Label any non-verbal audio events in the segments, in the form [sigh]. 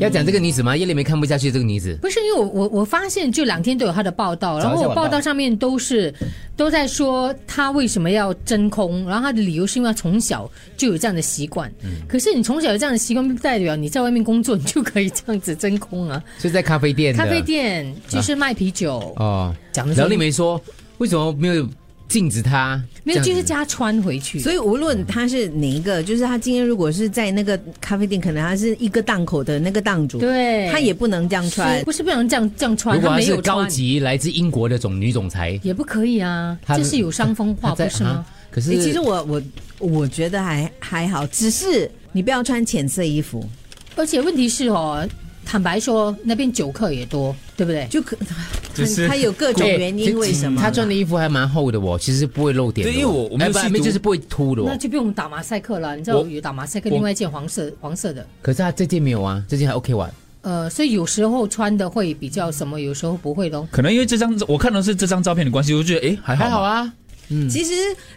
要讲这个女子吗？叶丽梅看不下去这个女子。不是因为我我我发现这两天都有他的报道，然早一后些我晚报报道上面都是都在说他为什么要真空，然后他的理由是因为他从小就有这样的习惯。嗯可是你从小有这样的习惯，不代表你在外面工作你就可以这样子真空啊。是在咖啡店的。咖啡店就是卖啤酒，哦，讲的然后是丽梅说，为什么没有禁止她？没有，这就样是子加穿回去。所以无论他是哪一个，就是他今天如果是在那个咖啡店，可能他是一个档口的那个档主，对，他也不能这样穿是。不是不能这样这样穿，如果他她没是有高穿级来自英国的总女总裁，也不可以啊，他这是有伤风化她在不是吗？啊？可是诶其实我我我觉得还还好，只是你不要穿浅色衣服，而且问题是哦，坦白说那边酒客也多，对不对？就可 [sighs] 就是他有各种对原其因，为什么她穿的衣服还蛮厚的哦，其实不会露点的哦。对因为我我没有哎不细没读就是不会凸的那哦。就不用打马赛克了，你知道我有打马赛克，我另外一件黄色黄色的，可是她这件没有啊，这件还 OK 哇。呃，所以有时候穿的会比较什么，有时候不会咯。可能因为这张我看的是这张照片的关系，我就觉得哎还好还好嘛，啊，嗯其实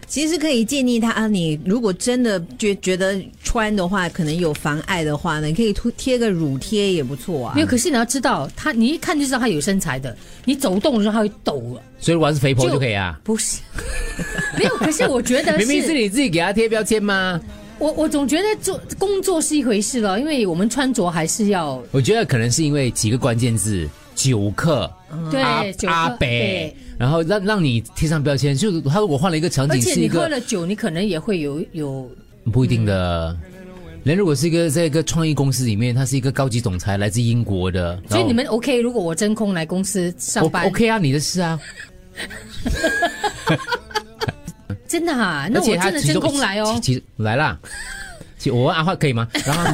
其实可以建议他，啊你如果真的觉觉得穿的话，可能有妨碍的话呢，你可以涂贴个乳贴也不错啊没。有，可是你要知道，他你一看就知道他有身材的，你走动的时候他会抖 [laughs] 了，所以我要是肥婆就就可以啊。不是？没有，可是我觉得明明是是，你自己给她贴标签吗？我我总觉得做工作是一回事了，因为我们穿着还是要我觉得可能是因为几个关键字：酒客、对嗯阿酒客阿对北，然后让让你贴上标签。就是他如果换了一个场而景，且是你一喝个哦了酒，你可能也会有有不一定的。嗯人如果是一个在一个创意公司里面，他是一个高级总裁，来自英国的，然后所以你们 OK？如果我真空来公司上 O 班 OK 啊，你的事啊。真的啊，而那且我他真的其真中空来哦其。其实来啦。其我问阿花可以吗？然后，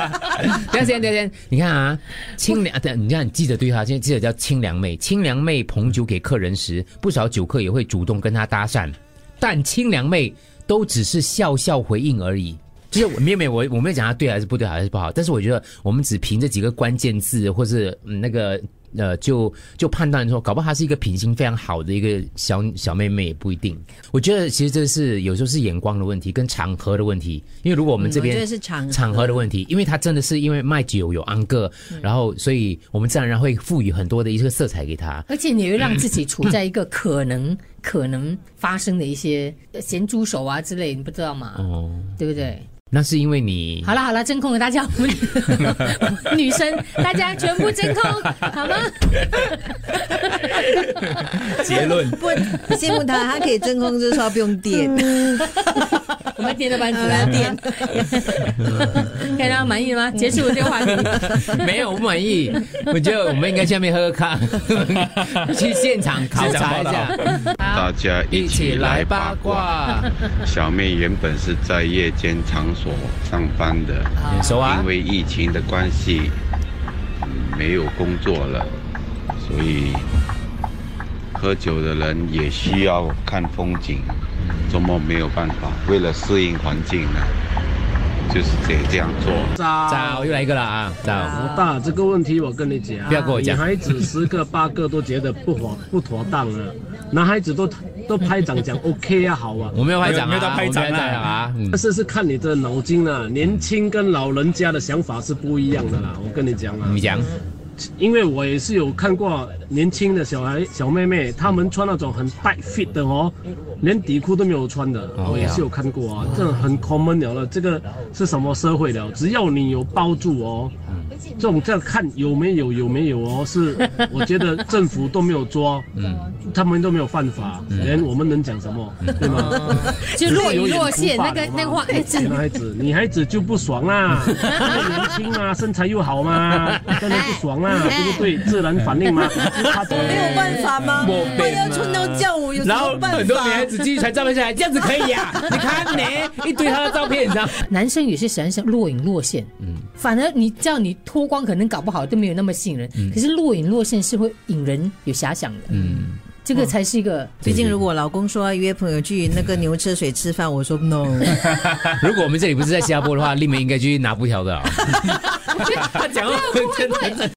[laughs] 等一下先，等一下先，你看啊，清凉，等你看，记者对她，现在记者叫清凉妹。清凉妹捧酒给客人时，不少酒客也会主动跟她搭讪，但清凉妹都只是笑笑回应而已。就是我没有没有我我没有讲她对还是不对还是不好，但是我觉得我们只凭这几个关键字或是、嗯、那个呃就就判断说，搞不好她是一个品行非常好的一个小小妹妹也不一定。我觉得其实这是有时候是眼光的问题跟场合的问题，因为如果我们这我觉边、得是场合场合的问题，因为他真的是因为卖酒有安个，然后所以我们自然而然会赋予很多的一个色彩给他。而且你会让自己处在一个可能 [clears throat] 可能发生的一些呃咸猪手啊之类，你不知道吗？哦，对不对？那是因为 [laughs] 你好了好了，真空了，大家我们女生大家全部真空好吗？结论 [laughs] 不羡慕他，他可以真空就说不用垫，我们点了板子我们点，看到满意了吗？结束这个话题。没有不满意，我觉得我们应该下面喝喝看，去现场考察一下，大家一起来八卦。小妹原本是在夜间场所上班的，眼熟啊因，为疫情的关系，嗯没有工作了，所以喝酒的人也需要看风景，周末没有办法，为了适应环境呢，就是得这样做。早又来一个了啊，早大这个问题，我跟你讲，不要跟我讲女孩子十个八个都觉得不妥不妥当了，男孩子都都拍掌讲 OK 啊，好啊。我没有拍掌没有没有啊，到拍掌啊我没有拍掌啊，嗯但是是看你的脑筋啦、年轻跟老人家的想法是不一样的啦。我跟你讲啊你，讲因为我也是有看过年轻的小孩小妹妹，她们穿那种很 tight fit 的哦，连底裤都没有穿的，哦我也呀是有看过啊，这种很 common 了了。这个是什么社会了？只要你有包住哦，这种这样看有没有有没有哦，是我觉得政府都没有抓，嗯他们都没有犯法，连我们能讲什么，嗯对吗？就若隐若只是现有那眼个不发那个话，哎，真男孩子，女孩子就不 [laughs] 爽啦，年轻啊，身材又好嘛，当然不爽啦，哎对不对？自然反应嘛，他都没有办法吗？莫非吗我要春到叫我有什然么后办很多女法孩？子继续传照片下来，这样子可以啊？你看呢，一堆她的照片，你知道？男生也是喜欢像若隐若现，嗯，反而你叫你脱光，可能搞不好都没有那么吸引人。可是若隐若现是会引人有遐想的，嗯，这个才是一个。最近如果我老公说约朋友去那个牛车水吃饭，我说 no，如果我啊 [laughs] 们这里不是在新加坡的话，丽梅应该去拿布条的、哦。他讲话很真的。